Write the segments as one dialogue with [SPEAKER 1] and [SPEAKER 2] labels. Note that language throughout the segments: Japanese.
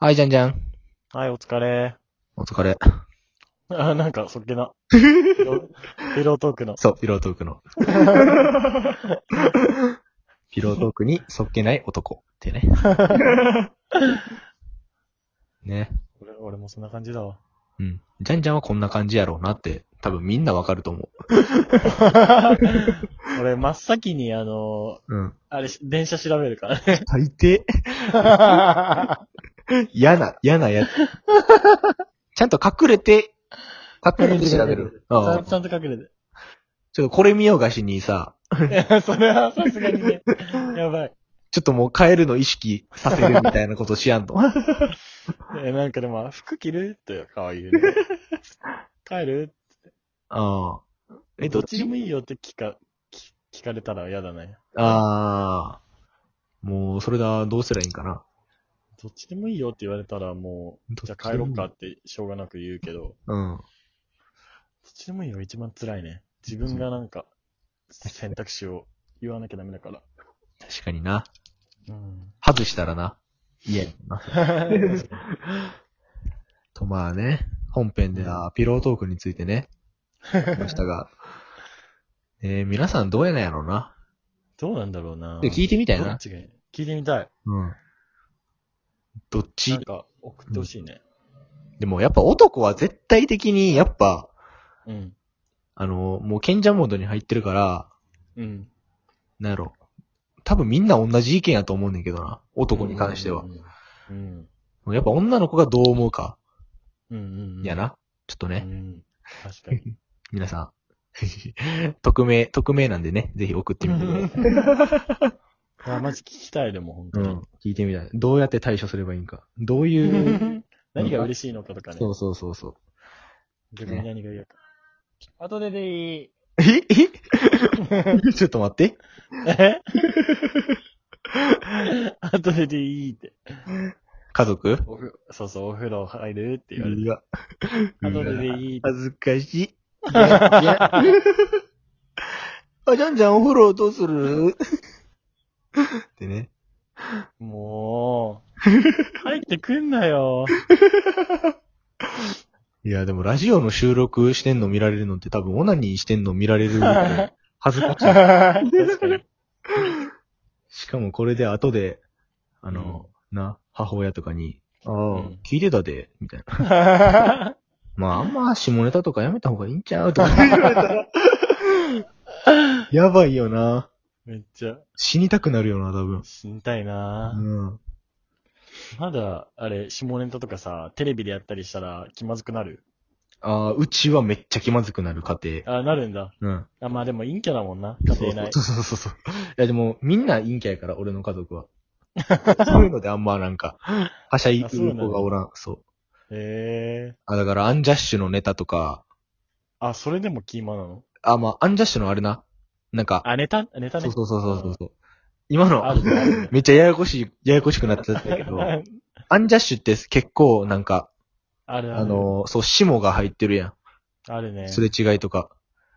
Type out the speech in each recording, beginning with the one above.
[SPEAKER 1] はい、じゃんじゃん。
[SPEAKER 2] はい、お疲れ。
[SPEAKER 1] お疲れ。
[SPEAKER 2] あ、なんか、そっけ な。ピロートーク の。
[SPEAKER 1] そう、ピロートークの。ピロートークにそっけない男って いうね。ね。
[SPEAKER 2] 俺俺もそんな感じだわ。
[SPEAKER 1] うん。じゃんじゃんはこんな感じやろうなって、多分みんなわかると思
[SPEAKER 2] 俺、真っ先に、あの
[SPEAKER 1] う。うん。
[SPEAKER 2] ー、あれ、電車調べる から
[SPEAKER 1] 最低。
[SPEAKER 2] ね。
[SPEAKER 1] 嫌な、嫌な やつ。ちゃんと隠れて、隠れて調べる。
[SPEAKER 2] ちゃ
[SPEAKER 1] うん
[SPEAKER 2] んちゃんと隠れて。
[SPEAKER 1] ちょっとこれ見ようがしにさ、
[SPEAKER 2] いや、 それはさすがにね。 やばい。
[SPEAKER 1] ちょっともうカエルの意識させるみたいなことしや んと。
[SPEAKER 2] え、なんかでも、服着るって、かわいい、 ね。帰る
[SPEAKER 1] ああ。え、ど
[SPEAKER 2] どっ
[SPEAKER 1] っ
[SPEAKER 2] ち
[SPEAKER 1] ち
[SPEAKER 2] でもいいよって聞か、聞聞かれたら嫌だね。
[SPEAKER 1] ああ。もう、それだ、どうすりゃいいんかな。
[SPEAKER 2] どっちでもいいよって言われたら、もう、じゃあ帰ろっかって、しょうがなく言うけど。
[SPEAKER 1] うん。
[SPEAKER 2] どっちでもいいよ、一番辛いね。自分がなんか、選択肢を言わなきゃダメだから。
[SPEAKER 1] 確かにな。
[SPEAKER 2] うん。
[SPEAKER 1] 外したらな。いえ。と、まあね、本編ではピロートークについてね、話しました が、えー、皆さんどうやなんやろうな。
[SPEAKER 2] どうなんだろうな
[SPEAKER 1] で聞いてみたい
[SPEAKER 2] どっ
[SPEAKER 1] な。
[SPEAKER 2] ちがいい聞いてみたい。
[SPEAKER 1] うん。どっ
[SPEAKER 2] な
[SPEAKER 1] ち
[SPEAKER 2] んか、送ってほしいね。
[SPEAKER 1] でもやっぱ男は絶対的に、やっぱ、
[SPEAKER 2] うん。
[SPEAKER 1] あの、もう賢者モードに入ってるから、
[SPEAKER 2] うん。
[SPEAKER 1] なんやろ。多分みんな同じ意見やと思うねんけどな。男に関しては
[SPEAKER 2] う。ん。
[SPEAKER 1] やっぱ女の子がどう思うか、
[SPEAKER 2] うん。うん。うん
[SPEAKER 1] や。な。ちょっと
[SPEAKER 2] う
[SPEAKER 1] ね、
[SPEAKER 2] ん。確か に。
[SPEAKER 1] 皆さん。 匿名、匿名なんでね、ぜひ送ってみてください。
[SPEAKER 2] あ、マジ聞きたい、でも、本当
[SPEAKER 1] うん、聞いてみたい。どうやって対処すればいいんか。どういう、
[SPEAKER 2] に。 何が嬉しいのかとかね
[SPEAKER 1] そ。うそうそうそう。
[SPEAKER 2] 逆に何が嫌か。後ででいい。
[SPEAKER 1] ええ ちょっと待って。
[SPEAKER 2] え 後ででいいって。
[SPEAKER 1] 家族
[SPEAKER 2] おふそうそう、お風呂入るって言われて。
[SPEAKER 1] うわ。
[SPEAKER 2] 後ででいい。
[SPEAKER 1] 恥ずかしい。いやい やあ、じゃんじゃんお風呂どうするってね。
[SPEAKER 2] もう、入ってくんなよ。
[SPEAKER 1] いや、でもラジオの収録してんの見られるのって多分オナニーしてんの見られる。恥ずかしい。
[SPEAKER 2] 確か に。
[SPEAKER 1] しかもこれで後で、あの、な、母親とかに、ああ、
[SPEAKER 2] うん
[SPEAKER 1] 聞いてたで、みたいな。まあ、あんま下ネタとかやめた方がいいんちゃうとか言われたら。 やばいよな。
[SPEAKER 2] めっちゃ
[SPEAKER 1] 死にたくなるよな、多分。
[SPEAKER 2] 死にたいな、
[SPEAKER 1] うん。
[SPEAKER 2] まだ、あれ、下ネタとかさ、テレビでやったりしたら気まずくなる
[SPEAKER 1] ああ、うちはめっちゃ気まずくなる家庭。
[SPEAKER 2] あ、なるんだ。
[SPEAKER 1] うん。
[SPEAKER 2] あ、まあでも陰キャだもんな。
[SPEAKER 1] そう
[SPEAKER 2] 家庭内。
[SPEAKER 1] そうそうそうそう。いや、でも、みんな陰キャやから、俺の家 族は。そういうのであんまなんか、はしゃい
[SPEAKER 2] あ
[SPEAKER 1] う
[SPEAKER 2] そうなんだ
[SPEAKER 1] 子がおらん。そう。
[SPEAKER 2] へえー。
[SPEAKER 1] あ、だから、アンジャッシュのネタとか、
[SPEAKER 2] あ、それでもキーマなの
[SPEAKER 1] あ、まあ、アンジャッシュのあれな。なんか、
[SPEAKER 2] あ、ネタネタ
[SPEAKER 1] そ
[SPEAKER 2] ね
[SPEAKER 1] う。そうそうそうそう。今の
[SPEAKER 2] あ、るねあ るね。
[SPEAKER 1] めっちゃややこしい、ややこしくなってたんだ けど、アンジャッシュって結構なんか、
[SPEAKER 2] あるある。
[SPEAKER 1] あのー、そう、霜が入ってるや
[SPEAKER 2] あるね
[SPEAKER 1] ん。。すれ違いとか。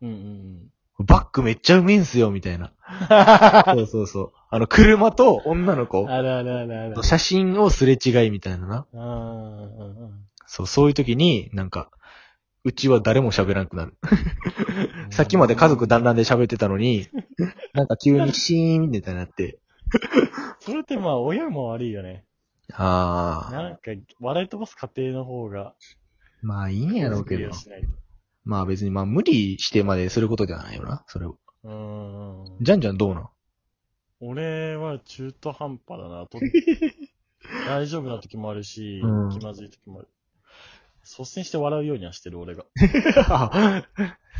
[SPEAKER 2] うんうんうん。
[SPEAKER 1] バックめっちゃうめえんすよ、みたい な。
[SPEAKER 2] あ
[SPEAKER 1] そうそうそう。あの、車と女の子、
[SPEAKER 2] るあるあるある。
[SPEAKER 1] 写真をすれ違いみたいなな。
[SPEAKER 2] うんうんうん。
[SPEAKER 1] そう、そういう時に、なんか、うちは誰も喋らんくなる。さっきまで家族団らんで喋ってたのに、なんか急にシーンみたいになって。
[SPEAKER 2] それってまあ、親も悪いよね。
[SPEAKER 1] ああ。
[SPEAKER 2] なんか、笑い飛ばす家庭の方が、
[SPEAKER 1] まあいいんやろうけ
[SPEAKER 2] 手作り
[SPEAKER 1] ど
[SPEAKER 2] を。しないと
[SPEAKER 1] まあ別に、まあ無理してまですることではないよな、それを。
[SPEAKER 2] うーん。
[SPEAKER 1] じゃんじゃんどうなん
[SPEAKER 2] 俺は中途半端だな、 と。大丈夫な時もあるし、
[SPEAKER 1] うん
[SPEAKER 2] 気まずい時もある。率先して笑うようにはしてる、俺が。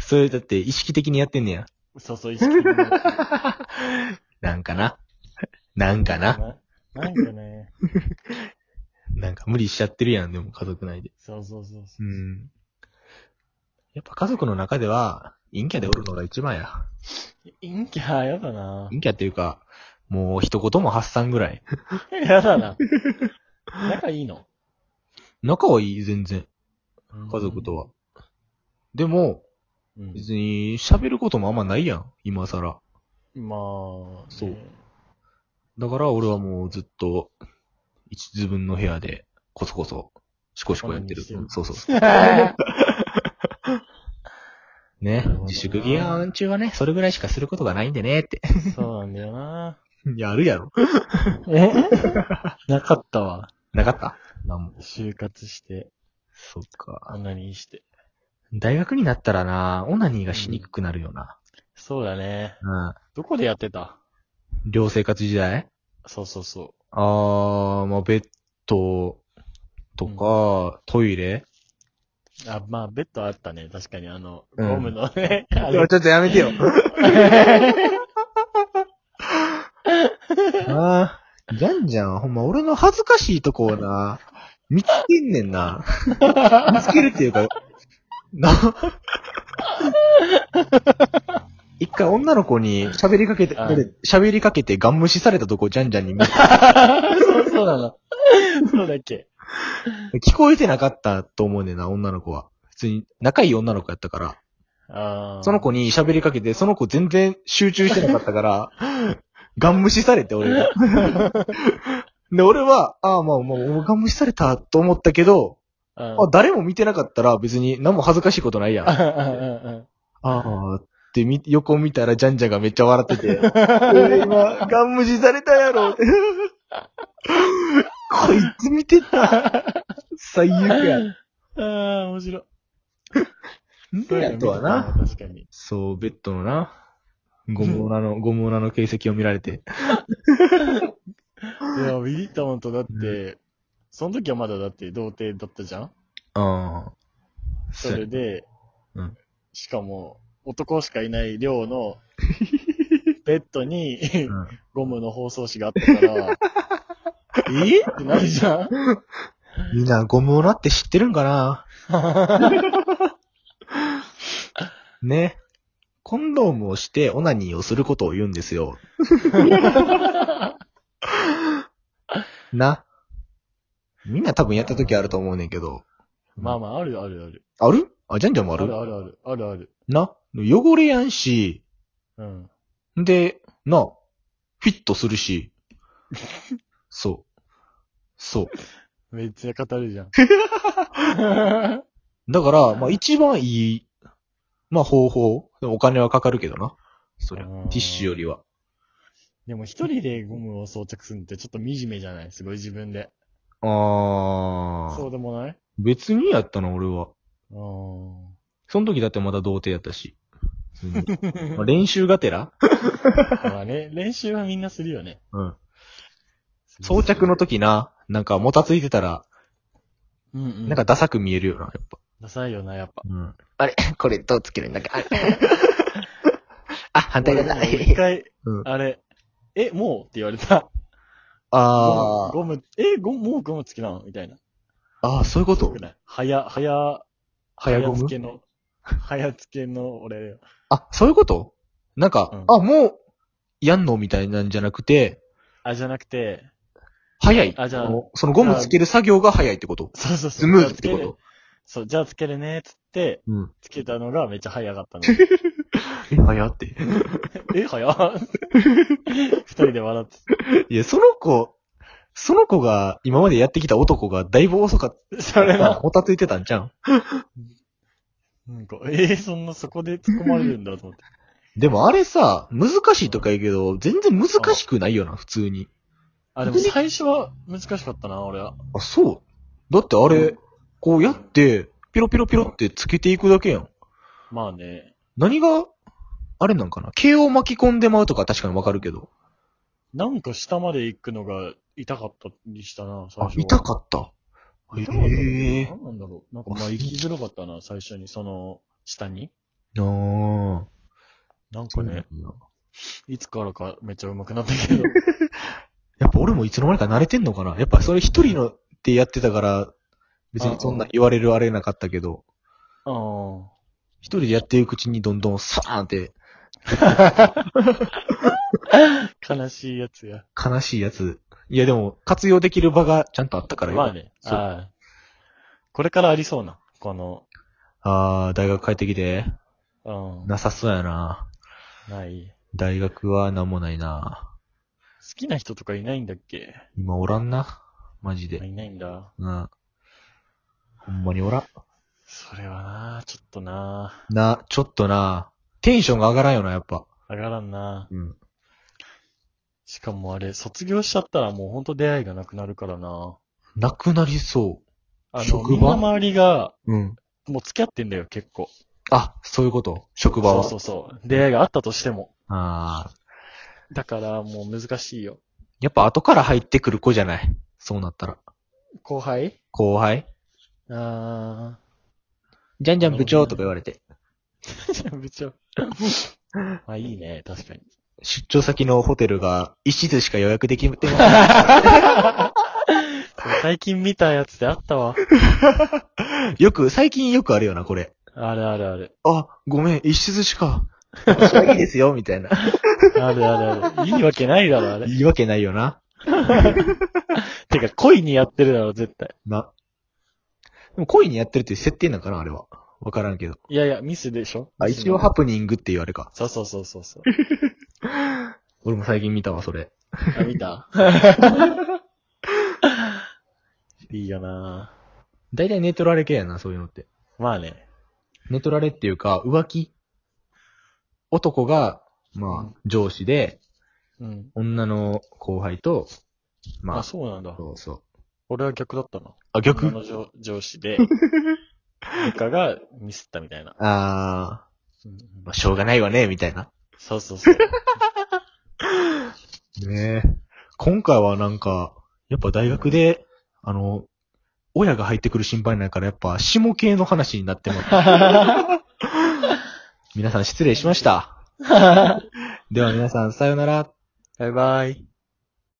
[SPEAKER 1] それだって意識的にやってんねや。
[SPEAKER 2] そうそう、 意識的に。
[SPEAKER 1] なんかな。なんかな。
[SPEAKER 2] なんかね。
[SPEAKER 1] なんか無理しちゃってるやん、でも家族内で。
[SPEAKER 2] そうそうそうそうう。
[SPEAKER 1] ん。やっぱ家族の中では、陰キャでおるのが一番や。
[SPEAKER 2] 陰キャ、やだな。
[SPEAKER 1] 陰キャっていうか、もう一言も発散ぐらい。
[SPEAKER 2] やだな。仲いいの
[SPEAKER 1] 仲はいい、全然。
[SPEAKER 2] 家
[SPEAKER 1] 家族とは。でも、
[SPEAKER 2] うん。
[SPEAKER 1] 別に喋ることもあんまないやん、今更。
[SPEAKER 2] まあ、
[SPEAKER 1] そう
[SPEAKER 2] ね
[SPEAKER 1] だから俺はもうずっと、一自分の部屋で、こそこそ、しこしこやってる。
[SPEAKER 2] 我慢してる
[SPEAKER 1] うんそうそう そう。ね
[SPEAKER 2] なるほど、な
[SPEAKER 1] 自粛期間中はね、それぐらいしかすることがないんでねって。
[SPEAKER 2] そうなんだよな。
[SPEAKER 1] い やあるやろ。
[SPEAKER 2] え なかったわ。
[SPEAKER 1] なかったなんも。
[SPEAKER 2] 就活して、
[SPEAKER 1] そっか。
[SPEAKER 2] あんなにして。
[SPEAKER 1] 大学になったらな、オナニーがしにくくなるよな。
[SPEAKER 2] そうだね。
[SPEAKER 1] うん。
[SPEAKER 2] どこでやってた
[SPEAKER 1] 寮生活時代
[SPEAKER 2] そうそうそ
[SPEAKER 1] あー、まあ、ベッドとか、トイレ
[SPEAKER 2] う。あ、まあ、ベッドあったね。確かに、あの、ゴ
[SPEAKER 1] うん
[SPEAKER 2] ムの ね。あ
[SPEAKER 1] ちょっ
[SPEAKER 2] れ
[SPEAKER 1] とやめてよ。あー、じゃんじゃん。ほんま、俺の恥ずかしいとこをな、見つけんねんな。見つけるっていうか、な、一回女の子に喋りかけて、
[SPEAKER 2] はい
[SPEAKER 1] 喋りかけてガン無視されたとこをじゃんじゃんに見つ
[SPEAKER 2] そうそうなの。そうだっけ。
[SPEAKER 1] 聞こえてなかったと思うねんな、女の子は。普通に仲いい女の子やったから、
[SPEAKER 2] あー
[SPEAKER 1] その子に喋りかけて、その子全然集中してなかったから、 ガン無視されて、俺が。 で、俺は、ああ、まあまあ、俺ガン無視されたと思ったけど、
[SPEAKER 2] うん
[SPEAKER 1] あ誰も見てなかったら別に何も恥ずかしいことないやん。
[SPEAKER 2] あ
[SPEAKER 1] あ
[SPEAKER 2] あああ
[SPEAKER 1] あ、ってみ横見たらジャンジャンがめっちゃ笑ってて、俺今、ガン無視されたやろって。 こいつ見てた。最悪や。
[SPEAKER 2] ああ、面白い。
[SPEAKER 1] そうやとはな。
[SPEAKER 2] 確か に。
[SPEAKER 1] そう、ベッドのな、ゴムオナの、ゴムオナの形跡を見られて。
[SPEAKER 2] いや、ビビったもんとだって、その時はまだだって童貞だったじゃん
[SPEAKER 1] ああ。
[SPEAKER 2] それで、
[SPEAKER 1] うん
[SPEAKER 2] しかも、男しかいない寮の、 ベッドに、
[SPEAKER 1] うん
[SPEAKER 2] ゴムの包装紙があっ たから、えってなるじゃん
[SPEAKER 1] みんなゴムオナって知ってるんかなね。コンドームをしてオナニーをすることを言うんですよ。な。みんな多分やった時あると思うねんけど。
[SPEAKER 2] まあまあ、あるあるある。
[SPEAKER 1] あるあ、じゃんじゃんも
[SPEAKER 2] あ
[SPEAKER 1] ある
[SPEAKER 2] るあるある。あるある。
[SPEAKER 1] な。汚れやんし、
[SPEAKER 2] うん。
[SPEAKER 1] で、な、フィットする し。そう。そう。
[SPEAKER 2] めっちゃ語るじ ゃん。
[SPEAKER 1] だから、まあ一番いい、まあ方法。でもお金はかかるけどな。そりゃ。
[SPEAKER 2] う
[SPEAKER 1] テ
[SPEAKER 2] ん
[SPEAKER 1] ィッシュよりは。
[SPEAKER 2] でも一人でゴムを装着するのってちょっと惨めじゃないすごい自分で。
[SPEAKER 1] あ
[SPEAKER 2] そう
[SPEAKER 1] ー。
[SPEAKER 2] でもない
[SPEAKER 1] 別にやったな、俺は。
[SPEAKER 2] うーん。
[SPEAKER 1] その時だってまだ童貞やった し。普通に まあ練習がてら
[SPEAKER 2] まあね、練習はみんなするよね。
[SPEAKER 1] うん。装着の時な、なんかもたついてたら、
[SPEAKER 2] うんうん。
[SPEAKER 1] なんか、ダサく見えるよな、やっぱ。
[SPEAKER 2] ダサいよな、やっぱ。
[SPEAKER 1] うん。あれこれどうつけるんだっけ あれあ、反
[SPEAKER 2] 俺も一回、
[SPEAKER 1] うん
[SPEAKER 2] あれ、え、もうって言われた。
[SPEAKER 1] あー。
[SPEAKER 2] ゴム、ゴムえ、ゴム、もうゴムつけなのみたいな。
[SPEAKER 1] あー、そういうこ
[SPEAKER 2] よ
[SPEAKER 1] と
[SPEAKER 2] くない早、早、
[SPEAKER 1] 早ゴム
[SPEAKER 2] つけの、早つけの、俺、
[SPEAKER 1] あ、そういうことなんか、
[SPEAKER 2] うん
[SPEAKER 1] あ、もう、やんのみたいなんじゃなくて、
[SPEAKER 2] あ、じゃなくて、
[SPEAKER 1] 早い。
[SPEAKER 2] あじゃあ
[SPEAKER 1] そのそのゴムつける作業が早いってこと
[SPEAKER 2] そうそうそう。
[SPEAKER 1] スムーズってこ
[SPEAKER 2] じゃあつける
[SPEAKER 1] と
[SPEAKER 2] そう、じゃあつけるね、つって、
[SPEAKER 1] うん。
[SPEAKER 2] つけたのがめっちゃ早かったの。
[SPEAKER 1] え、早って。
[SPEAKER 2] え、早っ二人で笑って。
[SPEAKER 1] いや、その子、その子が、今までやってきた男がだいぶ遅かった
[SPEAKER 2] それ
[SPEAKER 1] た。
[SPEAKER 2] な。
[SPEAKER 1] もたついてたんじゃん。
[SPEAKER 2] なんか、えー、そんなそこで突っ込まれるんだと思って。
[SPEAKER 1] でもあれさ、難しいとか言うけど、全然難しくないよな、普通に。
[SPEAKER 2] あ、でも最初は難しかったな、俺は。
[SPEAKER 1] あ、そうだってあれ、こうやって、ピロピロピロってつけていくだけやん。
[SPEAKER 2] まあね。
[SPEAKER 1] 何が、あれなんかな毛を巻き込んでまうとか確かにわかるけど。
[SPEAKER 2] なんか下まで行くのが痛かったりしたな、最
[SPEAKER 1] あ、
[SPEAKER 2] 初は。
[SPEAKER 1] 痛かった。
[SPEAKER 2] 痛かった。
[SPEAKER 1] へえ
[SPEAKER 2] 何なんだろう。なんかまあ行きづらかったな、最初に、その、下 に。
[SPEAKER 1] ああ。
[SPEAKER 2] なん
[SPEAKER 1] そ
[SPEAKER 2] か
[SPEAKER 1] うなんだ
[SPEAKER 2] ね、いつからかめっちゃ上手くなったけど。
[SPEAKER 1] やっぱ俺もいつの間にか慣れてんのかなやっぱそれ一人のってやってたから、別にそんな言われるあれなかったけど、
[SPEAKER 2] あ
[SPEAKER 1] 一人でやっていくうちにどんどんサーンって
[SPEAKER 2] あ。悲しいやつや。
[SPEAKER 1] 悲しいやつ。いやでも活用できる場がちゃんとあったからよ。
[SPEAKER 2] まあね。
[SPEAKER 1] そう
[SPEAKER 2] ああこれからありそうな、この、
[SPEAKER 1] あー、大学帰ってきて、
[SPEAKER 2] うん。
[SPEAKER 1] なさそうやな。
[SPEAKER 2] ない。
[SPEAKER 1] 大学はなんもないな。
[SPEAKER 2] 好きな人とかいないんだっけ
[SPEAKER 1] 今おらんな。マジで。
[SPEAKER 2] いないんだ。
[SPEAKER 1] うん。ほんまにおらん。
[SPEAKER 2] それはなちょっとな
[SPEAKER 1] な、ちょっとな、テンションが上がらんよな、やっぱ。
[SPEAKER 2] 上がらんな
[SPEAKER 1] うん。
[SPEAKER 2] しかもあれ、卒業しちゃったらもうほんと出会いがなくなるからな
[SPEAKER 1] なくなりそ
[SPEAKER 2] あの、
[SPEAKER 1] 職場
[SPEAKER 2] みんな周りが、
[SPEAKER 1] う。うん。
[SPEAKER 2] もう付き合ってんだよ、結構。
[SPEAKER 1] あ、そういうこと職場は。
[SPEAKER 2] そうそうそう。出会いがあったとしても。
[SPEAKER 1] ああ。
[SPEAKER 2] だから、もう難しいよ。
[SPEAKER 1] やっぱ後から入ってくる子じゃない。そうなったら。
[SPEAKER 2] 後輩
[SPEAKER 1] 後輩
[SPEAKER 2] あ
[SPEAKER 1] じゃんじゃん部長とか言われて。
[SPEAKER 2] ー。じゃあ 部長。まあいいね、確かに。
[SPEAKER 1] 出張先のホテルが一室しか予約できてない。
[SPEAKER 2] 最近見たやつであったわ。
[SPEAKER 1] よく、最近よくあるよな、これ。
[SPEAKER 2] あるあるある。
[SPEAKER 1] あ、ごめん、一室しか。私はいいですよ、みたいな。
[SPEAKER 2] あるあるある。いいわけないだろ、あれ。
[SPEAKER 1] 言い訳ないよな。
[SPEAKER 2] てか、恋にやってるだろ、絶対。
[SPEAKER 1] な。でも恋にやってるっていう設定なんかな、あれは。わからんけど。
[SPEAKER 2] いやいや、ミスでしょ
[SPEAKER 1] あ、一応ハプニングって言われか。
[SPEAKER 2] そうそうそうそうそう。
[SPEAKER 1] 俺も最近見たわ、それ。
[SPEAKER 2] あ、見 たいいよな
[SPEAKER 1] 大体ネトラレ系やな、そういうのって。
[SPEAKER 2] まあね。
[SPEAKER 1] ネトラレっていうか、浮気。男が、まあ、上司で、
[SPEAKER 2] うん。
[SPEAKER 1] 女の後輩と、ま
[SPEAKER 2] あ、
[SPEAKER 1] あ、
[SPEAKER 2] そうなんだ。
[SPEAKER 1] そうそう。
[SPEAKER 2] 俺は逆だったな。
[SPEAKER 1] あ、
[SPEAKER 2] 女
[SPEAKER 1] 逆
[SPEAKER 2] の上上司 で、部下がミスったみたいな。
[SPEAKER 1] あ
[SPEAKER 2] うんうん
[SPEAKER 1] ー、まあ、しょうがないわね、みたいな。
[SPEAKER 2] そうそうそう。
[SPEAKER 1] ねえ。今回はなんか、やっぱ大学で、あの、親が入ってくる心配ないから、やっぱ、下系の話になってます。 皆さん失礼しました。では皆さん、さようなら。
[SPEAKER 2] バイバイ。